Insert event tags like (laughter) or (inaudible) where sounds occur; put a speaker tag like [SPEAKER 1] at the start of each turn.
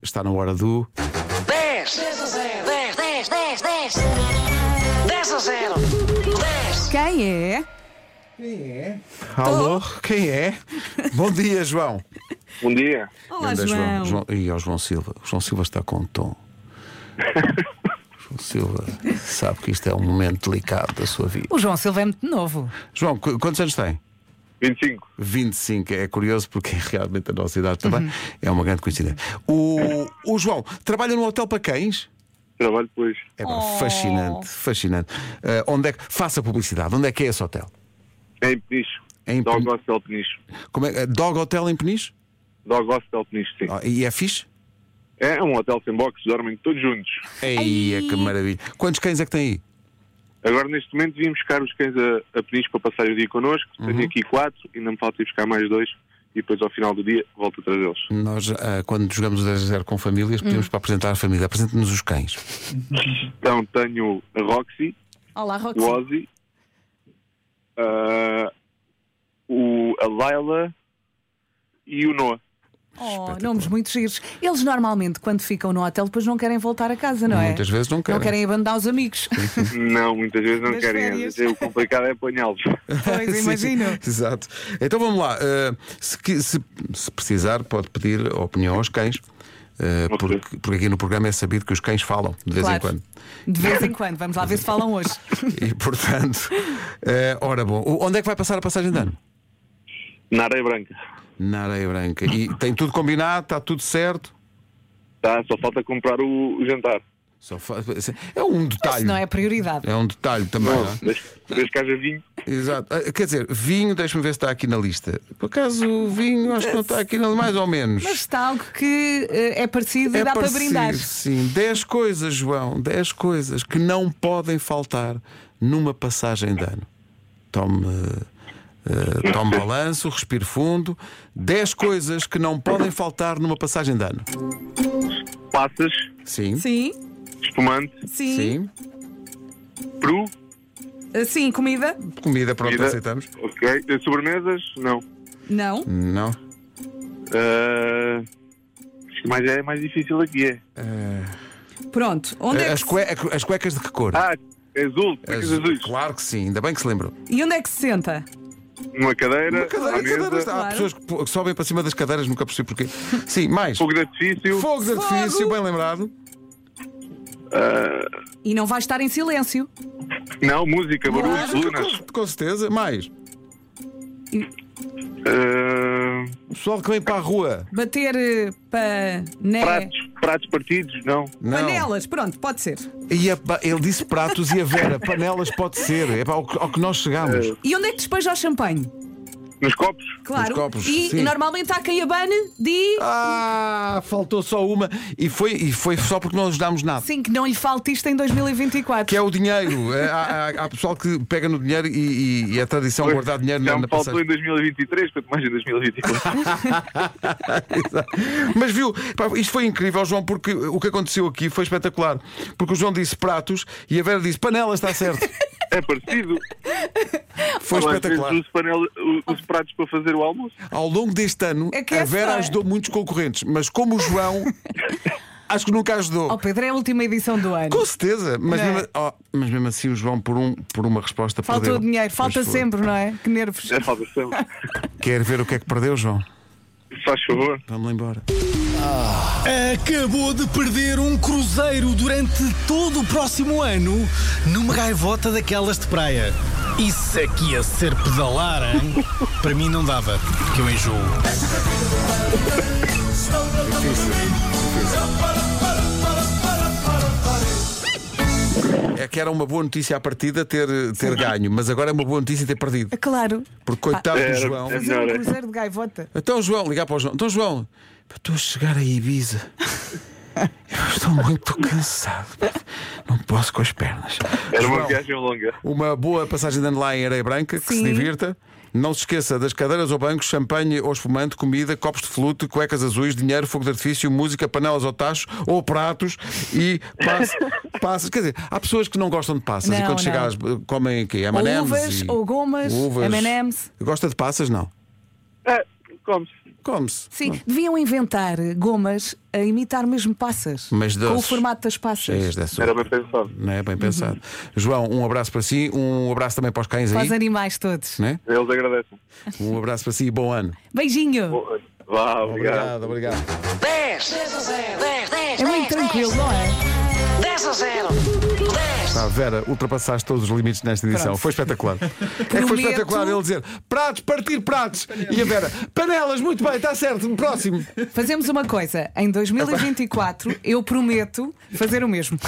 [SPEAKER 1] Está na hora do.
[SPEAKER 2] 10 10 10 10 10 10 a 0 10
[SPEAKER 3] Quem é?
[SPEAKER 1] Alô? Quem é? Bom dia, João.
[SPEAKER 4] Bom dia.
[SPEAKER 3] Olá,
[SPEAKER 1] Anda,
[SPEAKER 3] João.
[SPEAKER 1] João. E ao João Silva. O João Silva está com um
[SPEAKER 3] (laughs)
[SPEAKER 1] tom. João Silva sabe que isto é um momento delicado da sua vida.
[SPEAKER 3] O João Silva é muito novo.
[SPEAKER 1] João, qu- quantos anos tem?
[SPEAKER 4] 25.
[SPEAKER 1] 25, é curioso porque é realmente a nossa idade também
[SPEAKER 3] Uhum.
[SPEAKER 1] é uma grande coincidência. O, o João trabalha num hotel para cães?
[SPEAKER 4] Trabalho depois.
[SPEAKER 1] É pá,
[SPEAKER 3] Oh.
[SPEAKER 1] fascinante, fascinante. Ah, onde é que, faça publicidade, onde é que é esse hotel?
[SPEAKER 4] Em Peniche.
[SPEAKER 1] É em
[SPEAKER 4] Dog
[SPEAKER 1] Peniche.
[SPEAKER 4] Hostel Peniche.
[SPEAKER 1] Como é, Dog Hotel em Peniche?
[SPEAKER 4] Dog Hostel Peniche, sim.
[SPEAKER 1] Ah, e é fixe?
[SPEAKER 4] É um hotel sem box, dormem todos juntos.
[SPEAKER 1] Ei, é que maravilha. Quantos cães é que tem aí?
[SPEAKER 4] Agora, neste momento, vim buscar os cães a, a Peniche para passar o dia connosco.
[SPEAKER 1] Uhum.
[SPEAKER 4] Tenho aqui quatro, ainda me falta ir buscar mais dois. E depois, ao final do dia, volto atrás deles.
[SPEAKER 1] Nós, ah, quando jogamos o 10 a 0 com famílias, pedimos
[SPEAKER 3] Hum.
[SPEAKER 1] para apresentar a família. Apresente-nos os cães.
[SPEAKER 4] Então, tenho a Roxy,
[SPEAKER 3] Olá, Roxy.
[SPEAKER 4] o Ozzy, a, o, a Laila e
[SPEAKER 1] (laughs)
[SPEAKER 4] o Noah.
[SPEAKER 3] Oh, nomes muito giros. Eles normalmente, quando ficam no hotel, depois não querem voltar a casa, não é?
[SPEAKER 1] Muitas vezes não querem.
[SPEAKER 3] Não querem abandonar
[SPEAKER 1] (laughs)
[SPEAKER 3] os amigos.
[SPEAKER 4] Não, muitas vezes não
[SPEAKER 3] Das
[SPEAKER 4] querem. Às
[SPEAKER 3] férias.
[SPEAKER 4] vezes, o complicado
[SPEAKER 1] (laughs)
[SPEAKER 4] é apanhá-los.
[SPEAKER 3] Pois,
[SPEAKER 1] Sim,
[SPEAKER 3] imagino.
[SPEAKER 1] Exato. Então vamos lá. eh, se, qui- se- se precisar, pode pedir a opinião aos cães. eh,
[SPEAKER 4] Ok.
[SPEAKER 1] porque, porque aqui no programa é sabido que os cães falam de vez em
[SPEAKER 3] Claro.
[SPEAKER 1] quando.
[SPEAKER 3] De vez em quando. Vamos lá ver se
[SPEAKER 1] (laughs)
[SPEAKER 3] falam hoje.
[SPEAKER 1] E
[SPEAKER 3] (laughs)
[SPEAKER 1] portanto, eh, ora bom, o- onde é que vai passar a passagem de ano?
[SPEAKER 4] Na areia é branca.
[SPEAKER 1] Na areia branca. E tem tudo combinado, está tudo certo.
[SPEAKER 4] Tá, só falta comprar o, o jantar.
[SPEAKER 1] Só fa- É um
[SPEAKER 3] Se
[SPEAKER 1] detalhe.
[SPEAKER 3] não é prioridade.
[SPEAKER 1] É um detalhe também. não é?
[SPEAKER 4] Desde desde que haja vinho,
[SPEAKER 1] Exato. Ah, Quer dizer, vinho, deixa-me ver se está aqui na lista. Por acaso o vinho acho que não está aqui na mais ou menos.
[SPEAKER 3] Mas está algo que eh, é parecido e dá para
[SPEAKER 1] parecido,
[SPEAKER 3] brindar.
[SPEAKER 1] Sim, 10 coisas, João, 10 coisas que não podem faltar numa passagem de ano. Tome, eh, tome balanço, respire fundo. 10 coisas que não podem faltar numa passagem de ano.
[SPEAKER 4] passas,
[SPEAKER 1] Sim,
[SPEAKER 3] Sim,
[SPEAKER 4] espumante,
[SPEAKER 3] sim. Eh,
[SPEAKER 1] sim.
[SPEAKER 4] peru,
[SPEAKER 3] Sim, comida?
[SPEAKER 1] Comida, pronto,
[SPEAKER 4] Comida.
[SPEAKER 1] aceitamos.
[SPEAKER 4] ok. Eh, Sobremesas, não.
[SPEAKER 3] Não.
[SPEAKER 1] Não.
[SPEAKER 4] Ah, Acho que mais é mais difícil aqui é.
[SPEAKER 3] Pronto. Onde é
[SPEAKER 1] Eh, As,
[SPEAKER 3] que...
[SPEAKER 1] cue- as cuecas de que cor?
[SPEAKER 4] Ah, é azul, cuecas
[SPEAKER 1] Azul.
[SPEAKER 4] azuis.
[SPEAKER 1] Claro que sim, ainda bem que se lembrou.
[SPEAKER 3] E onde é que se senta?
[SPEAKER 4] Uma (laughs) cadeira,
[SPEAKER 1] Cadeira,
[SPEAKER 4] uma mesa,
[SPEAKER 1] cadeiras, Há
[SPEAKER 3] claro.
[SPEAKER 1] pessoas que po- que sobem para cima das cadeiras, nunca percebi porquê. Sim, mais.
[SPEAKER 4] fogo de artifício,
[SPEAKER 1] Fogo de artifício,
[SPEAKER 3] Fogo.
[SPEAKER 1] bem lembrado.
[SPEAKER 3] E não vai estar em silêncio.
[SPEAKER 4] Eh, não, música, barulhos,
[SPEAKER 3] Claro.
[SPEAKER 4] lunas.
[SPEAKER 1] Com certeza, mais.
[SPEAKER 4] Ah,
[SPEAKER 1] O pessoal que vem para a rua.
[SPEAKER 3] Bater eh, pané...
[SPEAKER 4] pratos, pratos partidos, não.
[SPEAKER 1] Não.
[SPEAKER 3] Panelas, pronto, pode ser.
[SPEAKER 1] E a pa- ele disse pratos e a Vera, panelas pode ser. É pá, ao, que- ao que nós chegamos.
[SPEAKER 3] E onde é que despeja o champanhe?
[SPEAKER 4] Nos copos,
[SPEAKER 3] Claro.
[SPEAKER 1] Nos copos,
[SPEAKER 3] e
[SPEAKER 1] sim.
[SPEAKER 3] normalmente há quem abane de.
[SPEAKER 1] Ah, faltou só uma. E foi, e foi só porque não ajudámos nada.
[SPEAKER 3] Sim, que não lhe falte isto em 2024.
[SPEAKER 1] Que é o dinheiro. É, há, há- há pessoal que pega no dinheiro e, e- e é tradição guardar dinheiro
[SPEAKER 4] já
[SPEAKER 1] na,
[SPEAKER 4] me
[SPEAKER 1] na
[SPEAKER 4] faltou
[SPEAKER 1] passagem.
[SPEAKER 4] em 2023, quanto mais
[SPEAKER 1] (laughs)
[SPEAKER 4] em 2024.
[SPEAKER 1] Exato. Mas viu, pá, isto foi incrível, João, porque o que aconteceu aqui foi espetacular. Porque o João disse pratos e a Vera disse panelas, está
[SPEAKER 4] (laughs)
[SPEAKER 1] certo.
[SPEAKER 4] é parecido.
[SPEAKER 1] Foi
[SPEAKER 4] Eu às vezes
[SPEAKER 1] espetacular.
[SPEAKER 4] uso panela- u- uso pratos para fazer o almoço.
[SPEAKER 1] Ao longo deste ano,
[SPEAKER 3] É que
[SPEAKER 1] a
[SPEAKER 3] essa
[SPEAKER 1] Vera
[SPEAKER 3] é.
[SPEAKER 1] ajudou muitos concorrentes, mas como o
[SPEAKER 3] (laughs)
[SPEAKER 1] João, acho que nunca ajudou.
[SPEAKER 3] Oh, Pedro, é a última edição do ano.
[SPEAKER 1] Com certeza, mas,
[SPEAKER 3] Não é?
[SPEAKER 1] mesmo, oh, mas mesmo assim o João por, um, por uma resposta
[SPEAKER 3] Falta o
[SPEAKER 1] perdeu.
[SPEAKER 3] dinheiro, falta
[SPEAKER 1] Pois foi.
[SPEAKER 3] sempre, não é?
[SPEAKER 1] (laughs)
[SPEAKER 3] Que nervos.
[SPEAKER 4] É falta sempre.
[SPEAKER 1] Quer ver o que é que perdeu, João?
[SPEAKER 4] Faz favor.
[SPEAKER 1] Vamos lá embora.
[SPEAKER 5] Acabou de perder um cruzeiro durante todo o próximo ano numa gaivota daquelas de praia. Isso é que ia ser pedalar, hein? Para mim não dava, porque eu enjoo.
[SPEAKER 1] É que era uma boa notícia à partida ter, ter ganho, mas agora é uma boa notícia ter perdido.
[SPEAKER 3] Claro.
[SPEAKER 1] Porque coitado do
[SPEAKER 4] Era-
[SPEAKER 1] João.
[SPEAKER 4] era-
[SPEAKER 3] Fazer um
[SPEAKER 4] Melhor, é?
[SPEAKER 3] cruzeiro de gaivota.
[SPEAKER 1] Então, João, ligar para o João. Então, João, pá, estou a chegar a Ibiza. Eu estou muito cansado. Não posso com as pernas.
[SPEAKER 4] Era uma
[SPEAKER 1] João,
[SPEAKER 4] viagem longa.
[SPEAKER 1] uma boa passagem de ano lá em Areia Branca, que se
[SPEAKER 3] Sim.
[SPEAKER 1] divirta. Não se esqueça das cadeiras ou bancos, champanhe ou espumante, comida, copos de flute, cuecas azuis, dinheiro, fogo de artifício, música, panelas ou tachos ou pratos e
[SPEAKER 3] (laughs)
[SPEAKER 1] passe- passas. Quer dizer, há pessoas que não gostam de passas e
[SPEAKER 3] Não,
[SPEAKER 1] quando chegam
[SPEAKER 3] não.
[SPEAKER 1] às, comem aqui,
[SPEAKER 3] Ou
[SPEAKER 1] M&M's
[SPEAKER 3] uvas,
[SPEAKER 1] e-
[SPEAKER 3] ou gomas,
[SPEAKER 1] uvas.
[SPEAKER 3] M&M's.
[SPEAKER 1] Gosta de passas? Não.
[SPEAKER 4] É, come-se.
[SPEAKER 1] Come-se.
[SPEAKER 3] Sim, deviam inventar gomas a imitar mesmo passas.
[SPEAKER 1] Mas
[SPEAKER 3] com o
[SPEAKER 1] doces.
[SPEAKER 3] formato das
[SPEAKER 1] Cheias
[SPEAKER 3] passas.
[SPEAKER 1] de açúcar.
[SPEAKER 4] Era bem pensado.
[SPEAKER 1] Não é bem pensado. João, um abraço para si, um abraço também para os cães
[SPEAKER 3] Para os
[SPEAKER 1] aí.
[SPEAKER 3] animais todos.
[SPEAKER 1] Né?
[SPEAKER 4] Eles agradecem.
[SPEAKER 1] Um abraço para si e bom ano.
[SPEAKER 3] Beijinho!
[SPEAKER 4] Boa. Vá, obrigado.
[SPEAKER 1] obrigado.
[SPEAKER 2] 10 a 0. 10, 10,
[SPEAKER 3] É muito tranquilo, não é?
[SPEAKER 2] 10 a 0. 10.
[SPEAKER 1] Ah, Vera, ultrapassaste todos os limites nesta edição. Foi
[SPEAKER 3] (laughs)
[SPEAKER 1] espetacular. é que foi
[SPEAKER 3] Prometo.
[SPEAKER 1] espetacular ele dizer pratos, partir pratos. E a Vera, panelas, muito bem, está certo, próximo.
[SPEAKER 3] Fazemos uma coisa. Em 2024, eu prometo fazer o mesmo.